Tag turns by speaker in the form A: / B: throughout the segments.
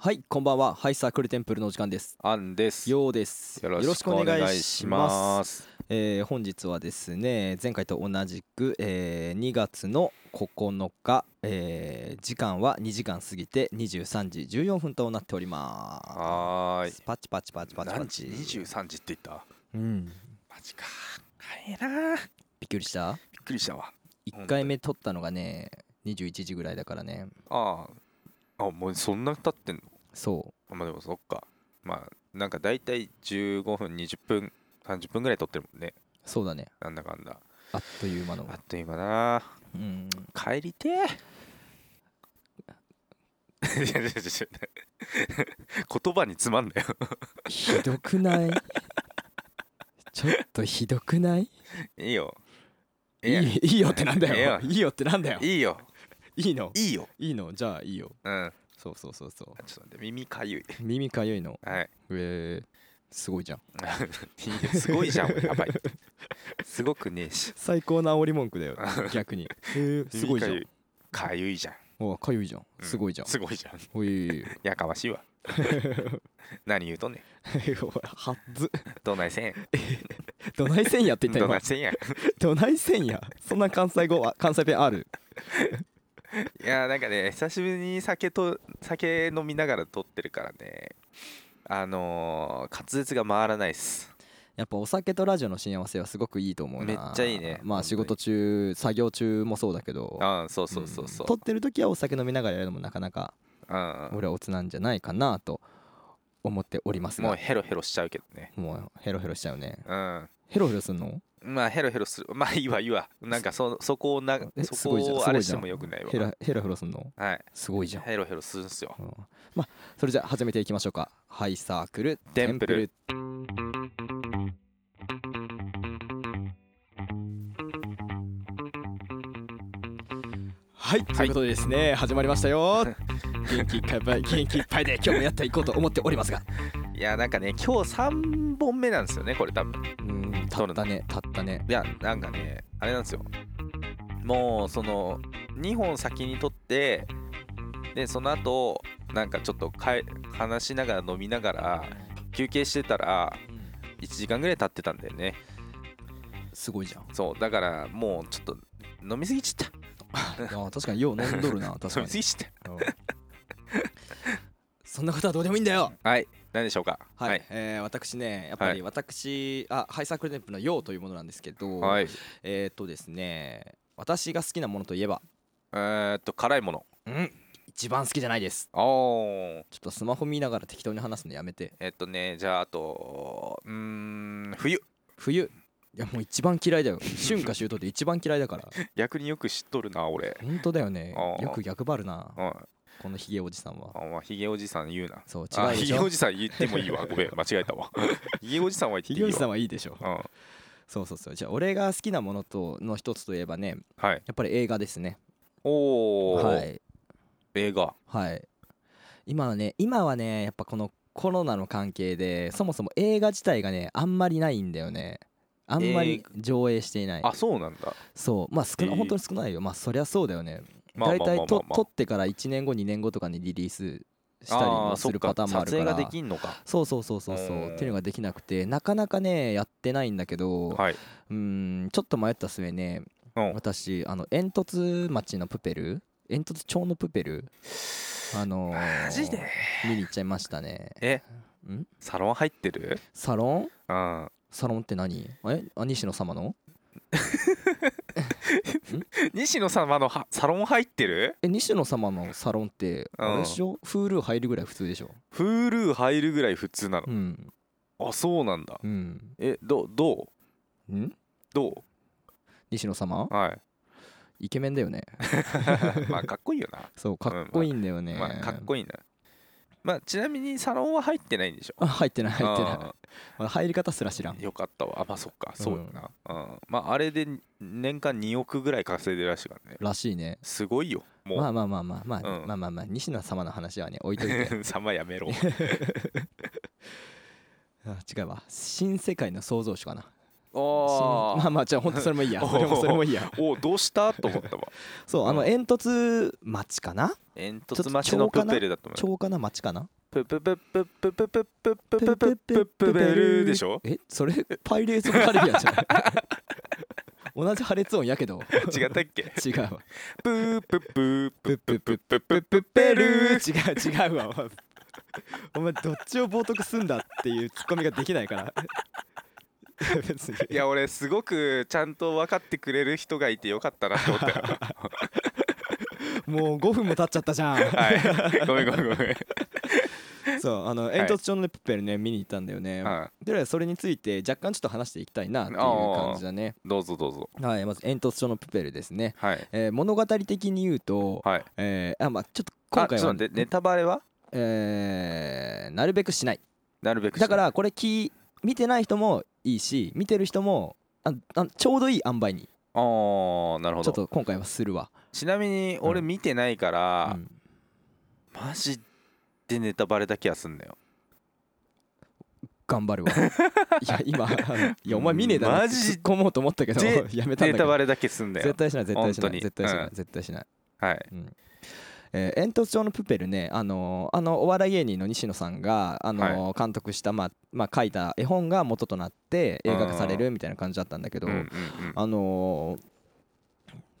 A: はいこんばんはハイサークルテンプルのお時間です
B: アンです。
A: ようです
B: よろしくお願いし
A: す
B: ます。
A: えー本日はですね前回と同じく、えー2月の9日、えー時間は2時間過ぎて23時14分となっております
B: はーい。
A: パチパチパチパチパ
B: 何
A: チ
B: 時？二十三時って言った。
A: うん
B: マジか。早いな。びっ
A: びっくりした
B: くりしたわ。
A: 1回目撮ったのがね21時ぐらいだからね
B: ああ。あもうそんな経ってんの。
A: そ
B: あまあでもそっか。まあなんかだいたい十五分二十分三十分ぐらい撮ってるもんね。
A: うそうだね
B: なんだかんだ。
A: あっという間の
B: あっという間だな。
A: うん
B: 帰り てえ。いやいやいやいや言葉につまんだよ。
A: ひどくない ちょっとひどくない
B: いいよ。
A: いいいいよってなんだ
B: いい
A: よ
B: よ
A: いいよってなんだよ
B: いいよ。
A: いいの
B: いいよ。
A: いいのじゃあいいよ
B: うん。
A: そうそうそうそう
B: ちょっと待って、耳かゆい。
A: 耳かゆいの
B: はい。
A: えー、すごいじゃん
B: いいよすごいじゃん、俺やばい。すごくねえし。
A: 最高な煽り文句だよ 逆 にえー、すごいじゃん
B: 耳かゆい。かゆいじゃん。
A: おかゆいじゃん
B: うん
A: すごいじゃん、
B: すごいじゃん。
A: おい
B: やかまし いわ。何言うとんね
A: はっず
B: ん。どないせん。
A: どないせんやって言った
B: どな
A: 今
B: いせんや。
A: どないせんやそんな関西語は関西弁ある
B: いや、なんかね、久しぶりに酒と、酒飲みながら撮ってるからね。あのー、滑舌が回らないっす。
A: やっぱお酒とラジオの親和性はすごくいいと思うな
B: めっちゃいいね
A: まあ
B: 本当に
A: 仕事中作業中もそうだけど
B: ああ、そうそうそうそ
A: 撮
B: う
A: っ。てる時はお酒飲みながらやるのもなかなか
B: うん。
A: 俺はおつなんじゃないかなと思っておりますが
B: もうヘロヘロしちゃうけどね。
A: もうヘロヘロしちゃうね
B: うん。
A: ヘロヘロすんの
B: まあヘロヘロするまあいいわいいわなんかそそこをな
A: えす
B: そ
A: ごいじゃんすごいじゃ
B: こを
A: ん
B: あれしてもよくない
A: ヘ
B: わ
A: ラヘロヘロすんの
B: はい
A: すごいじゃん、
B: ヘロヘロするんすよ
A: うんまあそれじゃあ始めていきましょうかハイサークル
B: テンプル
A: はい、ということでですね始まりましたよ元気いっぱい元気いっぱいで今日もやっていこうと思っておりますが
B: いやなんかね今日3本目なんですよねこれ多分
A: うんたったねたったね
B: いやなんかねあれなんですよもうその2本先に取ってでその後なんかちょっとかえ話しながら飲みながら休憩してたら1時間ぐらい経ってたんだよね
A: すごいじゃん
B: そうだからもうちょっと飲みすぎちゃっ
A: あ確かによう飲んど るな確
B: た
A: か
B: 飲み
A: に
B: すぎちゃっ
A: うん そんなことはどうでもいいんだよ
B: たはい何でしょうか
A: はい、えー私ねやっぱり私、あハイサークルテンプの「よう」というものなんですけど、
B: はい
A: えーっとですね私が好きなものといえば
B: えーっと辛いもの
A: うん一番好きじゃないです
B: おー
A: ちょっとスマホ見ながら適当に話すのやめて
B: えっとねじゃああとうーん冬
A: 冬いやもう一番嫌いだよ春夏秋冬って一番嫌いだ から
B: 逆によく知っとるな俺
A: 本当だよね
B: あー
A: よく逆張るな
B: うん
A: このひげおじさんは
B: あまあひげおじさん言うな
A: そう
B: あ
A: 違うで
B: ひ
A: し
B: げ
A: ょ
B: おじさん言ってもい いわごめん間違えたわひげおじさんは言って
A: ひ
B: いい
A: げ
B: よ
A: おじさんはいいでしょ
B: うん
A: そうそうそうじゃあ俺が好きなものとの一つといえばね
B: はい
A: やっぱり映画ですね
B: おお、
A: はい
B: 映画
A: はい今はね今はねやっぱこのコロナの関係でそもそも映画自体がねあんまりないんだよねあんまり上映していない、
B: あそうなんだ
A: そうまあ少な、
B: えー
A: 本当に少ないよまあそりゃそうだよね
B: まあまあ
A: 大
B: まあま
A: 体
B: あ
A: と撮ってから1年後2年後とかにリリースしたり
B: あー
A: も
B: そ
A: す
B: っ
A: るパターンもあるから
B: 撮影ができんのか
A: そうそうそうそうそううんっていうのができなくてなかなかねやってないんだけど、
B: はい
A: ー
B: う
A: んちょっと迷った末ね
B: うん
A: 私あの煙突町のプペル煙突町のプペルあのー
B: マジで
A: 見に行っちゃいましたね
B: え
A: ん
B: サロン入ってる
A: サロン
B: うん
A: サロンって何えあ西野様の
B: 西野様のはサロン入ってる
A: え西野様のサロンって
B: うん
A: あれでしょ Hulu 入るぐらい普通でしょ
B: Hulu 入るぐらい普通なの
A: うん
B: あそうなんだ
A: うん
B: えどうどうんどう
A: 西野様
B: はい
A: イケメンだよね
B: まあかっこいいよな、
A: そうかっこいいんだよね、
B: まあかっこいいなまあちなみにサロンは入ってないんでしょ
A: あ入ってない入ってない
B: あ
A: まあ入り方すら知らん
B: ーよかったわあまあそっかそうよな、うんまああれで年間2億ぐらい稼いでるらしいからね
A: らしいね
B: すごいよもう、
A: まあまあまあまあまあ、
B: うん
A: まあまあまあ西野様の話はね置いといて
B: 様やめろ
A: あ違うわ新世界の創造主かな
B: お
A: まあまあじゃあ本当それもいいやそれもそれもいいや
B: おどうしたと思ったわ
A: そうあの
B: うん
A: 煙突町かな
B: 煙
A: ちょっ
B: 突
A: と
B: 町の
A: 超か
B: プ
A: な
B: ペルだと思
A: 町
B: う
A: かな町かな
B: プププププププププププププペルでしょ
A: えそれパイレーツ・オブカリビアンじゃない同じ破裂音やけど
B: 違ったっけ
A: 違うわ
B: プーププープ
A: プップップッ
B: プププ
A: ペ
B: ペ
A: ル
B: ル
A: ー違う違うわお前お前どっちを冒涜すんだっていうツッコミができないから別に
B: いや俺すごくちゃんと分かってくれる人がいてよかったなと思ったよ
A: もう5分も経っちゃったじゃん
B: はいごめんごめんごめん
A: そうあの
B: い
A: 煙突町のねプペルね見に行ったんだよね、
B: は
A: でそれについて若干ちょっと話していきたいなっていう感じだね
B: いどうぞどうぞ
A: はいまず煙突町のプペルですね、
B: はい
A: えー物語的に言うと、
B: はい
A: えーあまあちょっと今
B: あ
A: 回
B: ちょ
A: は
B: っと待ってネタバレは
A: えーなるべくしない
B: なるべくしな
A: だ
B: い
A: からこれ聞い見てない人もいいし見てる人もああちょうどいい塩梅に
B: あーなるほ
A: ちょっ
B: ど
A: と今回はするわ、
B: ちなみに俺見てないか
A: う
B: ら
A: ん
B: マジでネタバレだけはすんだよ
A: 頑張る わいや今あのいやお前見ねえだろ
B: マジ
A: 突っ込もうと思ったけど
B: で
A: やめたんだけ
B: ネタ
A: ど
B: バレだけすんだ
A: 絶
B: よ
A: 対しない絶対しな
B: 本当
A: い
B: に
A: 絶対しな
B: う
A: い
B: ん
A: 絶対しない、
B: はい
A: えー煙突町のプペルねあのーあのお笑い芸人の西野さんがあのー監督したまあまあ書いた絵本が元となって映画化されるみたいな感じだったんだけど、
B: うんうんうん
A: あの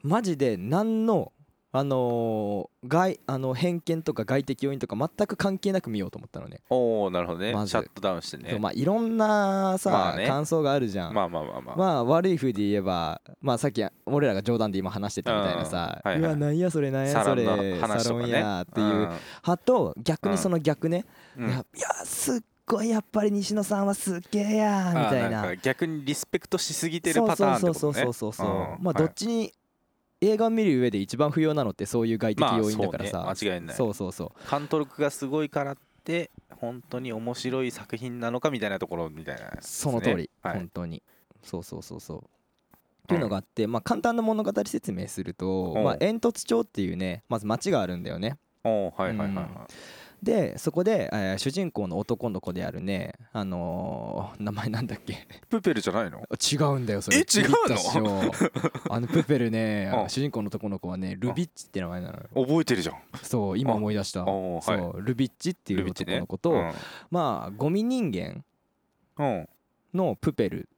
A: ーマジで何の、あのー外あの偏見とか外的要因とか全く関係なく見ようと思ったのね。
B: おおなるほどね
A: まず
B: シャットダウンしてね
A: そうまあ、いろんなさ、
B: まあね
A: 感想があるじゃん。ま
B: まあまあまあま
A: あ
B: あ、
A: 悪い風で言えば、まあ、さっき俺らが冗談で今話してたみたいなさ「
B: うんはいはいう
A: わなんやそれなんやそれ
B: サロンの話
A: サ
B: と
A: ロ
B: か
A: ン
B: ね
A: や」っていう派と逆にその逆ね、
B: うん
A: いやいやすっごいやっぱり西野さんはすっげえやみたい
B: あ
A: な
B: ーんか逆にリスペクトしすぎてるパターンってことね
A: そうそうそうそうそうそう、
B: うん
A: まあ
B: は
A: ど
B: い
A: っちに映画を見る上で一番不要なのってそういう外的
B: まあ
A: 要因だからさ、
B: そうね間違いない
A: そうそうそう
B: 監督がすごいからって本当に面白い作品なのかみたいなところみたいな、
A: その通り、
B: はい
A: 本当にそうそうそうそうというのがあって、まあ、簡単な物語説明すると、
B: うん
A: まあ、煙突町っていうねまず町があるんだよね
B: おーはいはいはいはい、
A: でそこで、えー主人公の男の子であるねあのー名前なんだっけ
B: プペルじゃないの
A: 違うんだよそれ
B: え違うの
A: ビビったっし ょあのプペルね、
B: うん
A: 主人公の男の子はねルビッチって名前なのよ
B: 覚えてるじゃん
A: そう今思い出した
B: あおーはい
A: そうルビッチってい
B: ル
A: う
B: ビッチ
A: 男
B: ね
A: の子と、まあゴミ人間
B: うん、 うん、
A: のプペル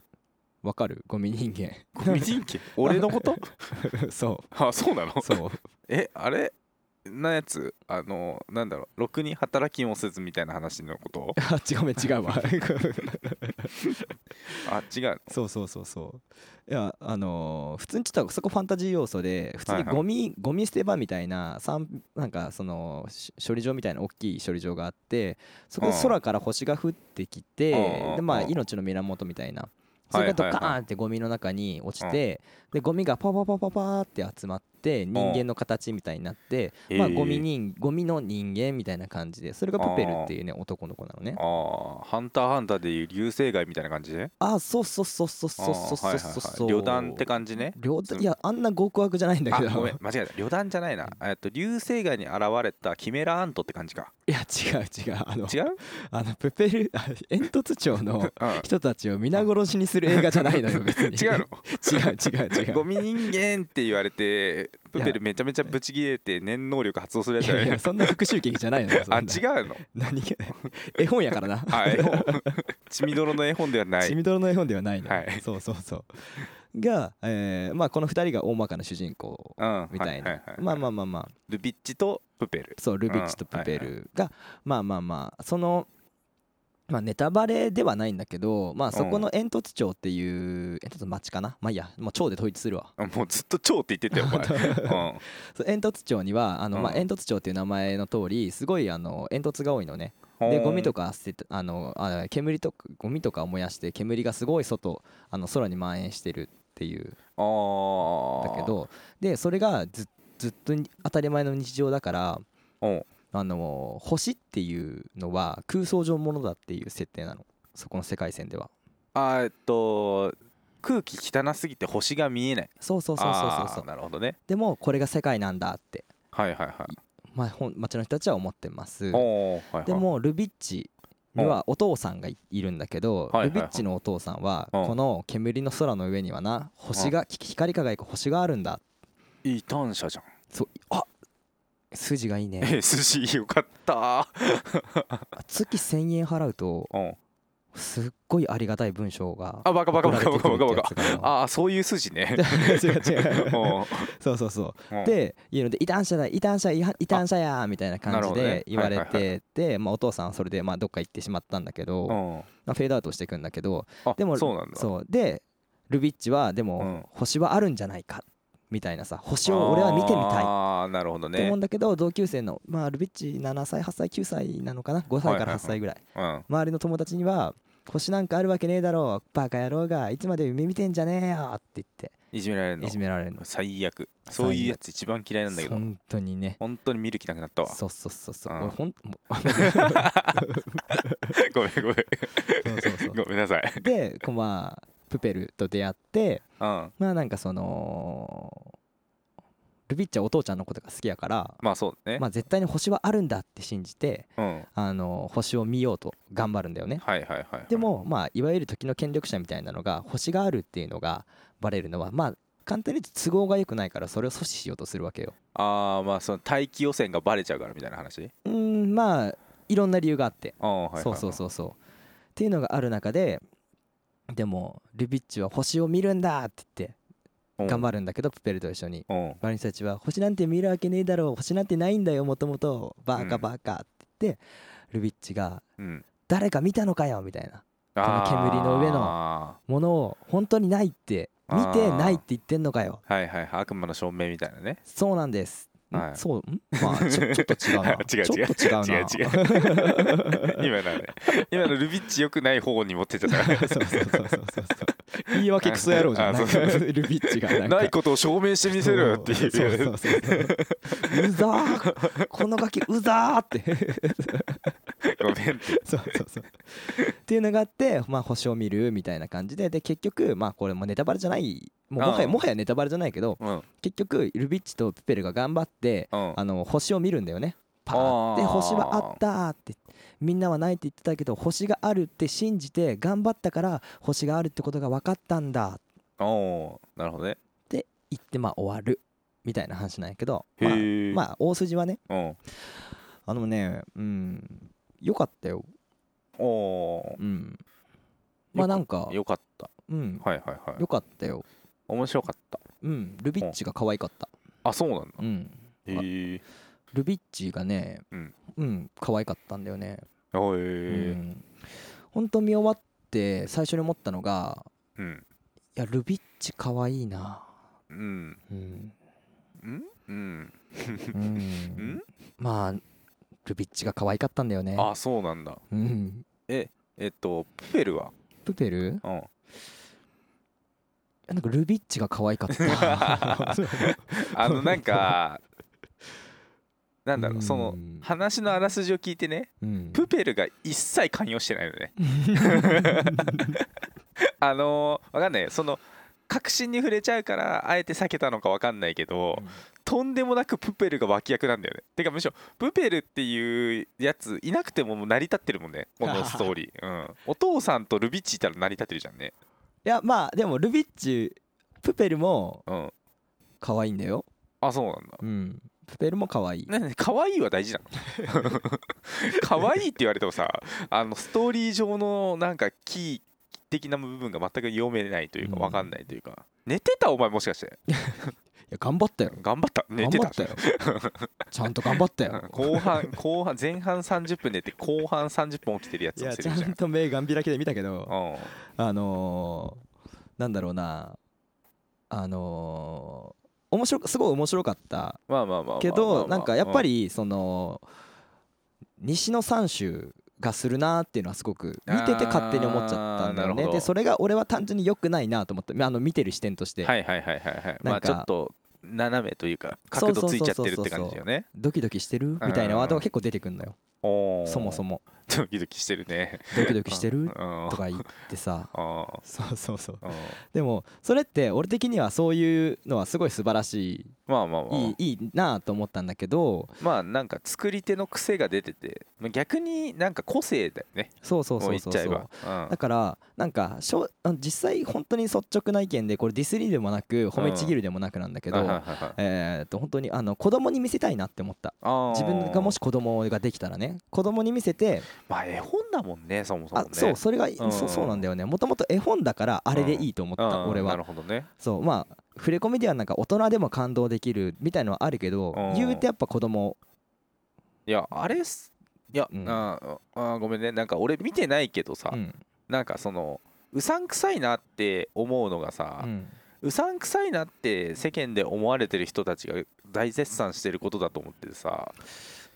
A: わかるゴミ人間
B: ゴミ人間俺のこと
A: そ
B: あそうなの
A: う そう
B: えあれなやつあのなんだろうろくに働きもせずみたいな話のこと
A: あ違うごめん違う わ
B: あ違う
A: そうそうそうそういやあのー普通にちょっとそこファンタジー要素で普通
B: は
A: に
B: いはい
A: ゴミ、ゴミ捨て場みたいな散なんかそのし処理場みたいな大きい処理場があってそこで
B: うん
A: 空から星が降ってきて、
B: うん
A: でまあ
B: うん
A: 命の源みたいなそれがド
B: はい
A: カ
B: はいはい
A: ーンってゴミの中に落ちて、でゴミがパパパパパーって集まって人間の形みたいになって、
B: うん
A: まあ、
B: へー
A: ゴミ人ゴミの人間みたいな感じでそれがプペルっていうね男の子なのね
B: あーハンターハンターでいう流星街みたいな感じで
A: あそうそうそうそうそうそうそうそうそう
B: 旅団って感じね
A: 両手いやあんな極悪じゃないんだ
B: あ
A: けど
B: ごめん間違えた旅団じゃないなえっと流星街に現れたキメラアントって感じか
A: いや違う違うあの
B: 違う、
A: あのプペルあ煙突町の
B: うん、
A: 人たちを皆殺しにする映画じゃないのよ別に
B: 違うの
A: 違う違う 違う
B: ゴミ人間って言われてプペルめちゃめちゃブチ切れて念能力発動するやつ
A: い
B: だ
A: やい
B: よ
A: や
B: ね
A: そんな復讐劇じゃないのよそんな
B: あ違うの
A: 何が絵本やからな
B: あ絵 本 血みどろの絵本ではな
A: ち
B: い
A: みどろの絵本ではないのよ、
B: はい
A: そうそうそうが、えーまあこの二人が大まかな主人公
B: うん
A: みたいな、
B: ははは
A: まあまあまあまあ
B: ルビッチとプペル
A: そうルビッチとプペルが、まあまあまあその、まあ、ネタバレではないんだけど、まあ、そこの煙突町っていう、煙突町かなまあいいやもう町で統一するわ
B: あもうずっと蝶って 言ってたよお前、
A: そう煙突町にはあの、
B: うん
A: まあ、煙突町っていう名前の通りすごいあの煙突が多いのね
B: うん、
A: でゴミと
B: か
A: か捨てたあのあ煙とかゴミとかを燃やして煙がすごい外あの空に蔓延してるっていう
B: あー
A: だけどでそれがずずっとに当たり前の日常だから
B: うん
A: あの星っていうのは空想上ものだっていう設定なのそこの世界線では
B: あーえっと空気汚すぎて星が見えない
A: そうそうそうそうそうそ
B: あー
A: う
B: なるほどね
A: でもこれが世界なんだって、
B: はいはいはい
A: まあ、ほん町の人たちは思ってます
B: おーはいはい
A: でもルビッチ要はお父さんがいいるんだけど、
B: はいはいはい
A: ルビッチのお父さんは、
B: うん
A: この煙の空の上にはな星が、光り輝く星があるんだ
B: 異端者じゃん
A: そうあ筋がいいね
B: え寿司よかった
A: 月1000円払うと
B: うん
A: すっごいありがたい文章が
B: あバカバカバカバカバカ
A: 送
B: バカ
A: られてくるってやつが
B: ああそういう筋ね
A: 違 う違う
B: うん
A: そうそうそう
B: うん
A: で言うので「異端者だ異端者異異端者や」みたいな感じ
B: なるほどね
A: で言われ
B: はいはい
A: てでまあお父さんはそれでまあどっか行ってしまったんだけど
B: うん
A: まあフェードアウトしていくんだけど
B: あ
A: でも
B: そうなんだ
A: そうでルビッチはで
B: う
A: も
B: ん
A: 星はあるんじゃないかみたいなさ星を俺は見てみたいっ
B: ああなるほど
A: て思
B: ね
A: うんだけど同級生のまあルビッチ7歳8歳9歳なのかな5歳から8歳ぐらい
B: うん
A: 周りの友達には「星なんかあるわけねえだろバカ野郎がいつまで夢見てんじゃねえよ」って言
B: いじめら
A: っ
B: れる
A: て
B: の
A: いじめられるの
B: 最悪そういうやつ一番嫌いなんだけど
A: 本当にね
B: 本当に見る気なくなったわ
A: そうそうそうそううん俺ほん もう
B: ごめんごめん
A: そうそうそう
B: ごめんなさい
A: でこうまあプペルと出会って
B: うん
A: まあなんかそのルビッチはお父ちゃんのことが好きやから
B: まあそうだね
A: まあ絶対に星はあるんだって信じて
B: うんはい
A: あの星を見ようと頑張るんだよね
B: はいはいはい
A: でもまあいわゆる時の権力者みたいなのが星があるっていうのがバレるのはまあ簡単に言うと都合が良くないからそれを阻止しようとするわけよ
B: ああまあその大気汚染がバレちゃうからみたいな話
A: うーんまあいろんな理由があって
B: ああはいはい
A: そうそうそうそうっていうのがある中ででもルビッチは星を見るんだって言って
B: うん
A: 頑張るんだけどプペルと一緒に
B: うん
A: 周りの人たちは星なんて見るわけねえだろう星なんてないんだよもともとバ
B: う
A: カ
B: ん
A: バカって言ってルビッチが
B: うん
A: 誰か見たのかよみたいな
B: こ
A: の煙の上の
B: は
A: ものを本当にないって見てないって言ってんのかよ
B: いはいはい悪魔の証明みたいなね
A: そうなんですん
B: はい
A: そうん まあちょちょっと違うな
B: 違う違う
A: ちょっと違うな
B: 違う違う今のはね今のルビッチよくない方に持ってっちゃった
A: そうそうそうそうそうそう言い訳クソ野郎じゃん
B: あ
A: な
B: そ
A: ん
B: う
A: か
B: そう
A: ルビッチがなんか
B: ないことを証明してみせるっていう
A: そう そうそうそううざーこのガキうざーって
B: ごめんって
A: そうそうそうっていうのがあって、まあ、星を見るみたいな感じでで結局まあこれもネタバレじゃないもうもは
B: ああ
A: やもはやネタバレじゃないけど
B: うん
A: 結局ルビッチとプペルが頑張って
B: うん
A: あの星を見るんだよねパーって
B: ああ
A: 星はあったーってみんなはないって言ってたけど星があるって信じて頑張ったから星があるってことが分かったんだ
B: おおーなるほどね
A: 言ってまあ終わるみたいな話なんやけど、
B: へ
A: まあ、
B: え
A: まあ大筋はね
B: うん
A: あのねうんよかったよ
B: おお
A: うんまあなんか
B: よかった
A: うん
B: はいはいはい
A: よかったよ
B: 面白かった
A: うんルビッチが可愛かった
B: あそうなんだ
A: うん
B: へえ
A: ルビッチがね
B: うん
A: うん可愛かったんだよね
B: お
A: う
B: え
A: んほんと見終わって最初に思ったのが
B: うん
A: いやルビッチ可愛いな
B: うん
A: うん
B: うんうん
A: う
B: うん
A: んまあルビッチが可愛かったんだよね
B: あそうなんだ
A: うん
B: えっとプペルは
A: プペル
B: うん
A: なんかルビッチが可愛かった
B: あのなんかなんだろうそうの
A: ん
B: 話のあらすじを聞いてね
A: うん
B: プペルが一切関与してないのねあのー、わかんないその確信に触れちゃうからあえて避けたのかわかんないけど、
A: うん
B: とんでもなくプペルが脇役なんだよねてかむしろプペルっていうやついなくてももう成り立ってるもんねこのストーリー、うん、お父さんとルビッチいたら成り立ってるじゃんね
A: いやまあでもルビッチプペルも
B: うん
A: 可愛いんだよ
B: あそうなんだ
A: うんプペルも可愛い
B: ねね可愛いは大事なの 可愛いって言われてもさあのストーリー上のなんかキー的な部分が全く読めないというか
A: うん
B: 分かんないというか、寝てたお前もしかして
A: いや頑張ったよ
B: 頑張った寝
A: 頑
B: て
A: 張
B: た
A: ったよ ちゃんと頑張った
B: うん
A: よ
B: 後半後半前半30分寝て後半30分起きてるやつ
A: い
B: の
A: や
B: セ
A: ち
B: リ
A: ゃ
B: フじゃん
A: んと目がん開きで見たけど
B: うん
A: あのーなんだろうなあのー面白くすごい面白かった
B: まあまあまあまあまあまあ
A: けどなんかやっぱりその西の三州がするなーっていうのはすごく見てて勝手に思っちゃったんだよ
B: あーなる
A: ね
B: ほど
A: でそれが俺は単純に良くないなと思ってあの見てる視点とし
B: う
A: て
B: んはいはいはいはいはいま
A: な
B: あ
A: んか
B: ちょっと斜めというか角度ついちゃってるって感じだよね
A: ドキドキしてるみたいなワードが結構出てくるのよ
B: おー
A: そもそも
B: ドキドキしてるね
A: ドキドキして
B: うん
A: る
B: うん
A: とか言ってさ
B: あ
A: そうそうそう
B: ーうん
A: でもそれって俺的にはそういうのはすごい素晴らし
B: まあまあまあ
A: いいいいいなと思ったんだけど
B: まあなんか作り手の癖が出ててまあ逆になんか個性だよね
A: そうそうそうそう
B: もう言っちゃ
A: そ
B: え
A: う
B: ば、うん
A: だからなんかしょうあの実際本当に率直な意見でこれディスりでもなく褒めちぎるでもなくなんだけど、
B: あはいはいはい
A: えーっと本当にあの子供に見せたいなって思った
B: あー
A: 自分がもし子供ができたらね子供に見せて
B: まあ絵本だもんねそもそも
A: あ
B: ね
A: そうそれが
B: ん
A: そうそうなんだよねもともと絵本だからあれでいいと思っ
B: うん
A: た俺
B: な
A: は
B: るほどね
A: そうまあ触れ込みではなんか大人でも感動できるみたいのはあるけど
B: うん
A: 言うてやっぱ子供
B: いやあれすいや、
A: うん
B: あーあーごめんねなんか俺見てないけどさ、
A: うん
B: なんかそのうさんくさいなって思うのがさ、
A: うん
B: うさんくさいなって世間で思われてる人たちが大絶賛してることだと思っててさ、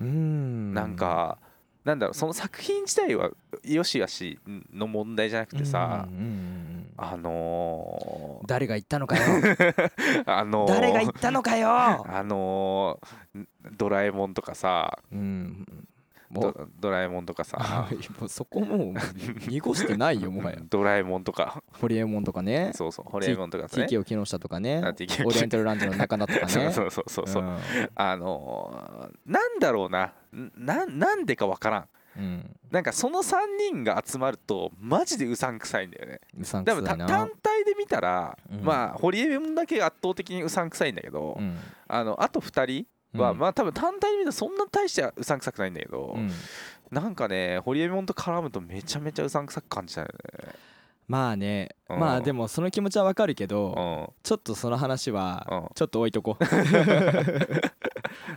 A: うーん
B: なんかなんだろうその作品自体はよしよしの問題じゃなくてさ、
A: うんうんうん
B: あの
A: 誰が言ったのか よ
B: ー、 あのー、
A: 誰が言ったのか よ
B: あのーんドラえもんとかさ
A: うんもう
B: ドドラえもんとかさ
A: もうそこも う濁してないよもはや
B: ドラえもんとか
A: ホリエモンとかね
B: そうそうホリエモンとか
A: 地
B: ね
A: 域を木下とかね
B: あ TKO
A: オリエンタルランジの中田とか
B: そう
A: ね
B: そうそうそうそう、
A: ん
B: あのーなんだろうなんなんなんでかわからん
A: うん
B: なんかその3人が集まるとマジでうさんくさいんだよね
A: うさんく
B: でも
A: さ
B: た
A: いな
B: 単体で見たら、
A: うん
B: まあ堀江もだけ圧倒的にうさんくさいんだけど、
A: うん
B: あのあと2人は、
A: うん
B: まあ多分単体で見たらそんな大してうさんくさくないんだけど、
A: うん
B: なんかね堀江門と絡むとめちゃめちゃうさんくさく感じたよ
A: まあね
B: うん
A: まあでもその気持ちはわかるけど
B: ね
A: ちょっとその話
B: うん
A: はちょっと置いと こう
B: うん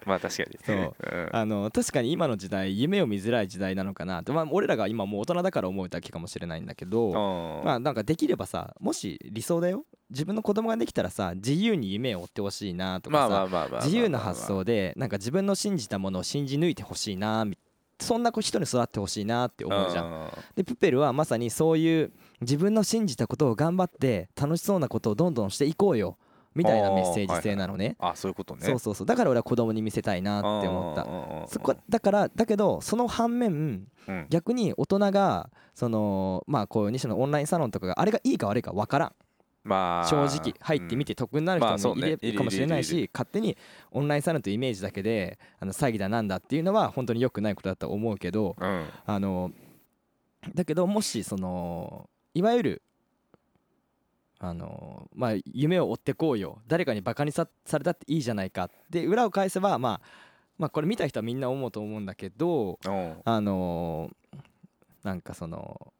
B: まあ確かに
A: そう、
B: うん
A: あの確かに今の時代夢を見づらい時代なのかなってまあ俺らが今もう大人だから思うだけかもしれないんだけど
B: うん
A: まあなんかできればさもし理想だよ自分の子供ができたらさ自由に夢を追ってほしいなとかさ、
B: まあまあまあまあ
A: 自由な発想でなんか自分の信じたものを信じ抜いてほしいなみそんな子人に育ってほしいなって思うじゃん。
B: ん
A: でプペルはまさにそういう自分の信じたことを頑張って楽しそうなことをどんどんしていこうよみたいなメッセージ性なのね。
B: あそういうことね
A: そうそうそうだから俺は子供に見せたいなって思った。
B: た
A: そこだからだけどその反面
B: うん
A: 逆に大人がそのまあこう西野のオンラインサロンとかがあれがいいか悪いか分からん
B: まあ
A: 正直入ってみて得になる
B: まあ
A: 人
B: そう
A: もい
B: ね
A: る
B: いる
A: かもしれない
B: いるい
A: し勝手にオンラインサロンというイメージだけであの詐欺だなんだっていうのは本当に良くないことだと思うけど
B: うんうん
A: あのだけどもしそのいわゆるあのまあ夢を追ってこうよ誰かにバカにさされたっていいじゃないかで裏を返せばまあまあこれ見た人はみんな思うと思うんだけど
B: うん
A: あのーなんかその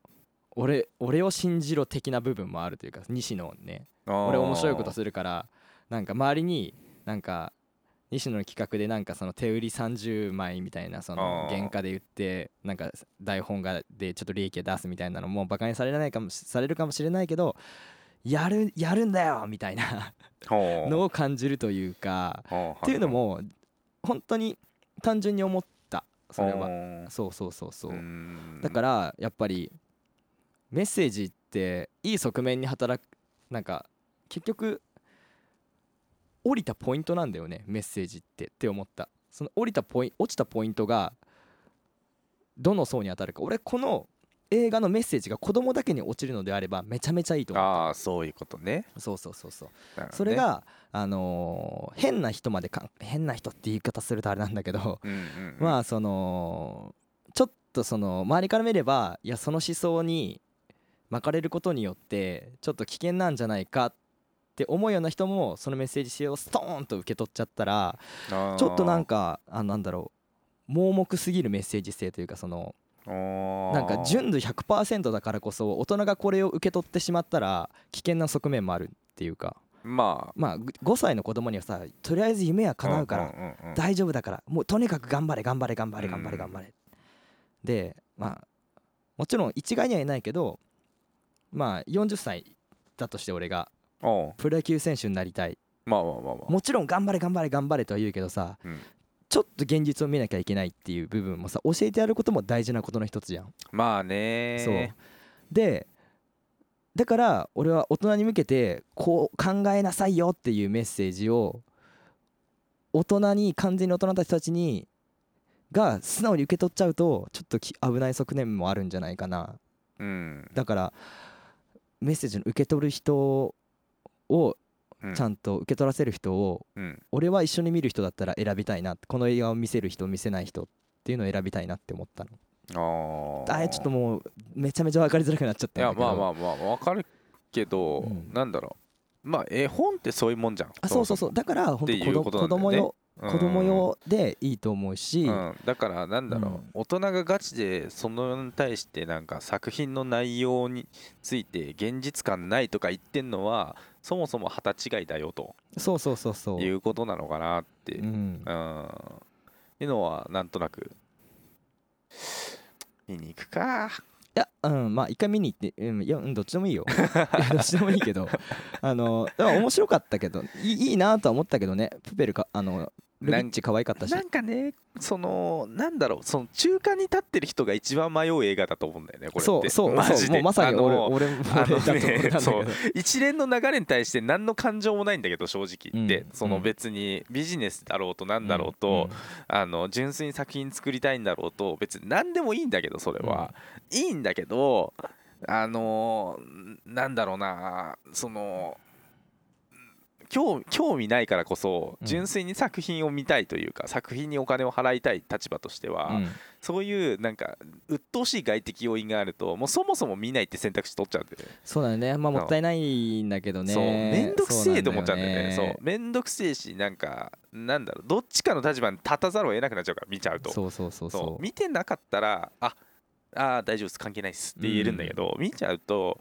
A: 俺俺を信じろ的な部分もあるというか西野ね俺面白いことするからなんか周りになんか西野の企画でなんかその手売り30枚みたいなその
B: あー
A: 原価で売ってなんか台本がでちょっと利益を出すみたいなのもバカにされないかもしされるかもしれないけどやるやるんだよみたいなのを感じるというか
B: っ
A: っていうのも本当に単純に思ったそれは
B: は
A: そうそうそうそうだ
B: だ
A: かららやっぱりメッセージっていい側面に働くなんか結局降りたポイントなんだよねメッセージってって思ったその降りたポイン落ちたポイントがどの層に当たるか俺この映画のメッセージが子供だけに落ちるのであればめちゃめちゃいいと思う
B: ああそういうことね
A: そうそうそうそう
B: なるほどね
A: それが、あのー変な人までかん変な人って言い方するとあれなんだけど
B: うんうんうん
A: まあそのちょっとその周りから見ればいやその思想に巻かれることによってちょっと危険なんじゃないかって思うような人もそのメッセージ性をストーンと受け取っちゃったら
B: あ
A: ちょっとなん
B: か
A: かあなんだろう盲目すぎるメッセージ性というかそのなんか純度100%だからこそ大人がこれを受け取ってしまったら危険な側面もあるっていうか
B: ま
A: まあ5歳の子供にはさとりあえず夢は
B: あ
A: 叶うから
B: んんうん
A: 大丈夫だからもうとにかく頑張れ頑張れ頑張れ
B: うん
A: 頑張れ頑張れ、でまあもちろん一概には言えないけどまあ40歳だとして俺が
B: うん
A: プロ野球選手になりたい
B: まあまあまあまあ
A: もちろん頑張れ頑張れ頑張れとは言うけどさ、
B: うん
A: ちょっと現実を見なきゃいけないっていう部分もさ教えてやることも大事なことの一つじゃん、
B: まあね
A: そうでだから俺は大人に向けてこう考えなさいよっていうメッセージを大人に完全に大人たちたちにが素直に受け取っちゃうとちょっとき危ない側面もあるんじゃないかな
B: うん
A: だからメッセージの受け取る人をちゃ
B: ん
A: んと受け取らせる人を
B: うん
A: 俺は一緒に見る人だったら選びたいなこの映画を見せる人見せない人っていうのを選びたいなって思ったの
B: あー
A: あれちょっともうめちゃめちゃ分かりづらくなっちゃっ
B: い
A: たん
B: や
A: だけど
B: まあまあまあわかるけど、
A: うん
B: なんだろうまあ絵本ってそういうもんじゃん
A: あそうそうそうだから本
B: っていう
A: 当子
B: こと
A: 供
B: な
A: 子
B: んだよ
A: 供用
B: ねうん
A: 子供用でいいと思うし、
B: うん、だからなんだろう、
A: うん
B: 大人がガチでそのに対してなんか作品の内容について現実感ないとか言ってんのはそもそも旗違いだよと
A: そうそうそうそう
B: いうことなのかなって、
A: う
B: うん
A: ん、
B: っていうのはなんとなく見に行くか
A: いや、うん、まあ一回見に行って、うん、いや、うん、どっちでもいい よ。いやどっちでもいいけど、あの、でも面白かったけど、いいいいなとは思ったけどね、プペルか、あの、ルビッチ可愛かったし
B: な。んかねそのなんだろうその中間に立ってる人が一番迷う映画だと思うんだよねこれって
A: そうそう
B: マジ
A: そう
B: で
A: もうまさに俺
B: あの
A: 俺俺
B: あのね
A: だと思ったんだけ
B: そ
A: ど
B: う一連の流れに対して何の感情もないんだけど正直言って、
A: うん
B: その別にビジネスだろうとなんだろうと、あの純粋に作品作りたいんだろうと別に何でもいいんだけどそれは、いいんだけどあのーなんだろうなその興興味ないからこそ
A: うん
B: 純粋に作品を見たいというか、作品にお金を払いたい立場としては、
A: うん
B: そういうなんか鬱陶しい外的要因があるともうそもそも見ないって選択肢取っちゃうんだよね。
A: そうだよねまあもったいないんだけどね
B: そうめんどくせえと思っちゃうんだよね
A: そ
B: そううめんどくせえしなんかなんだろうどっちかの立場に立たざるを得なくなっちゃうから見ちゃうと
A: そうそうそう
B: そう
A: そう
B: 見てなかったらああー大丈夫です関係ないっすって言えるんだけど、見ちゃうと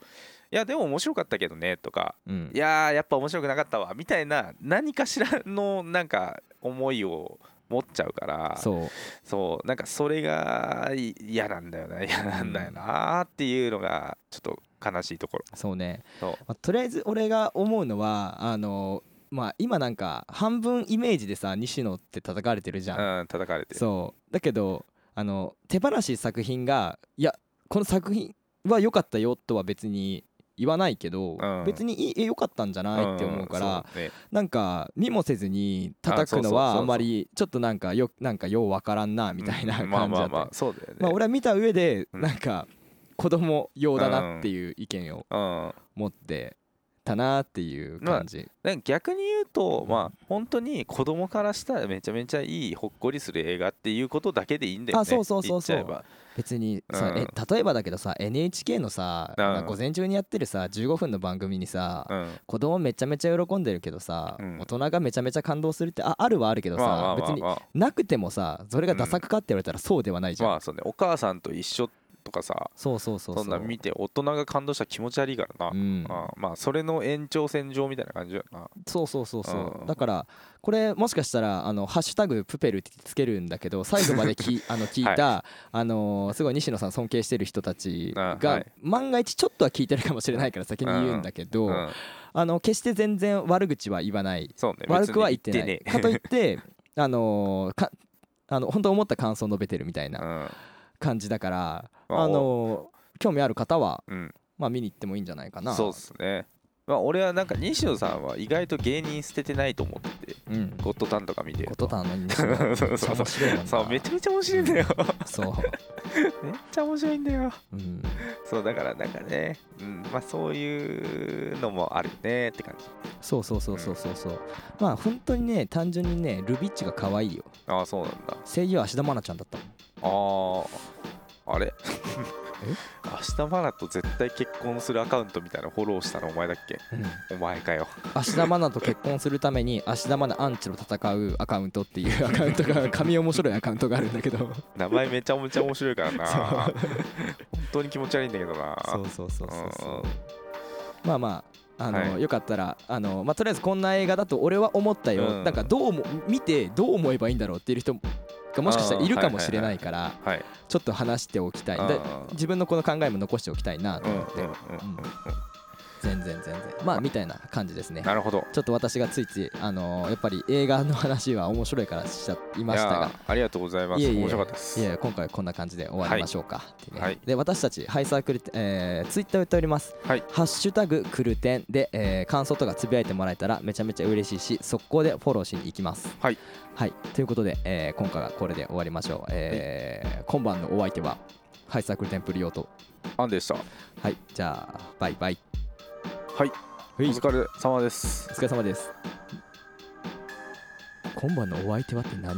B: いやでも面白かったけどねとか
A: うん
B: いやーやっぱ面白くなかったわみたいな何かしらのなんか思いを持っちゃうから
A: そう
B: そうなんかそれがい嫌なんだよな嫌なんだよなーっていうのがちょっと悲しいところ
A: そうね
B: そう
A: まあとりあえず俺が思うのはあのまあ今なんか半分イメージでさ西野って叩かれてるじゃん
B: うん叩かれてる
A: そうだけどあの手放し作品がいやこの作品は良かったよとは別に言わないけど、
B: うん
A: 別にいいえ良かったんじゃないって思うから、
B: んそうね
A: なんか見もせずに叩くの
B: あそうそうそう
A: は
B: そう
A: あんまりちょっとなんかよなんかようわからんなみたいな
B: う
A: 感
B: ん
A: じ
B: ま
A: だ
B: あ
A: った、ま
B: まあ
A: あ
B: まあそうだよね、
A: 俺は見た上で
B: うん
A: なんか子供用だなっていう意見を
B: うん、
A: 持ってたなっていう感じ、
B: なんか逆に言うと、まあ、本当に子供からしたらめちゃめちゃいいほっこりする映画っていうことだけでいいんだよね。
A: あそうそうそうそう
B: 言っちゃえば
A: 別にさ、
B: うん
A: え例えばだけどさ NHK のさ、
B: うん
A: なんか午前中にやってるさ15分の番組にさ、
B: うん
A: 子供めちゃめちゃ喜んでるけどさ、
B: うん
A: 大人がめちゃめちゃ感動するってああるはあるけどさ、
B: まあまあまあ
A: 別に
B: まあ
A: なくてもさそれがダサくかって言われたらそうではないじゃん、
B: まあそうねお母さんと一緒とかさ
A: そうそうそうそ
B: そ
A: うん
B: な見て大人が感動したら気持ち悪いからな、
A: うん、
B: あまあそれの延長線上みたいな感じだよな
A: そうそうそうそう、
B: うん
A: だからこれもしかしたらあの「ハッシュタグプペル」ってつけるんだけど最後まで きあの聞いた、あのーすごい西野さん尊敬してる人たちが、
B: あはい
A: 万が一ちょっとは聞いてるかもしれないから先に言うんだけど、
B: うん、
A: あの決して全然悪口は言わない
B: そうね
A: 悪くは言ってない
B: 別
A: か
B: に
A: といって あのーかあの本当思った感想を述べてるみたい
B: 言って
A: な
B: ね
A: 感じだから、
B: まあ
A: あのー興味ある方は、
B: うん、うん
A: まあ、見に行ってもいいんじゃないかな
B: そうっすねまあ俺はなんか西野さんは意外と芸人捨ててないと思ってて
A: うん
B: ゴッドタンとか見てる
A: こととたのに
B: そうそうそう
A: 面白いもんな
B: そうめちゃめちゃ面白いんだよ
A: そう、
B: めっちゃ面白いんだよ
A: うん、
B: そうだからなんかね、うん、まあそういうのもあるねって感じ。
A: そうそうそうそうそうそうまあ本当にね単純にねルビッチが可愛いよ
B: ああそうなんだ。
A: 声優は芦田愛菜ちゃんだったもん
B: あああれ 明日マナと絶対結婚するアカウントみたいなフォローしたのお前だっけ
A: うん
B: お前かよ。
A: 芦田愛菜と結婚するために芦田愛菜アンチと戦うアカウントっていうア カウントが紙面白いアカウントがあるんだけど
B: 名前めちゃめちゃ面白いから な。
A: そう
B: 本当に気持ち悪いんだけどな。
A: そうそうそうそう
B: うん
A: まあまああの、
B: はい
A: よかったらあの、まあ、とりあえずこんな映画だと俺は思ったよ、
B: うん
A: なんかどうも見てどう思えばいいんだろうっていう人がもしかしたらいるかもしれないから、
B: はい。
A: ちょっと話しておきたいで
B: うん
A: 自分のこの考えも残しておきたいなと
B: うんうん
A: 思って、
B: うんうんうん。
A: 全然全然まあみたいな感じですね
B: なるほど
A: ちょっと私がついつい、あのーやっぱり映画の話は面白いからしちゃいました
B: いや
A: が
B: ーありがとうございます
A: いえいえ
B: 面白かったです
A: いやいや今回はこんな感じで終わりましょうか、ってね
B: はい
A: で私たちハイサークル、えー、ツイッターをやっております、
B: はい
A: ハッシュタグクルテンで、えー感想とかつぶやいてもらえたらめちゃめちゃ嬉しいし速攻でフォローしに行きます
B: はい、
A: はい、ということで、えー今回はこれで終わりましょう、えー今晩のお相手はハイサークルテンプリオと
B: アンでした
A: はいじゃあバイバイ
B: はい
A: お
B: お疲れ様です
A: お疲れ様です今晩のお相手はって何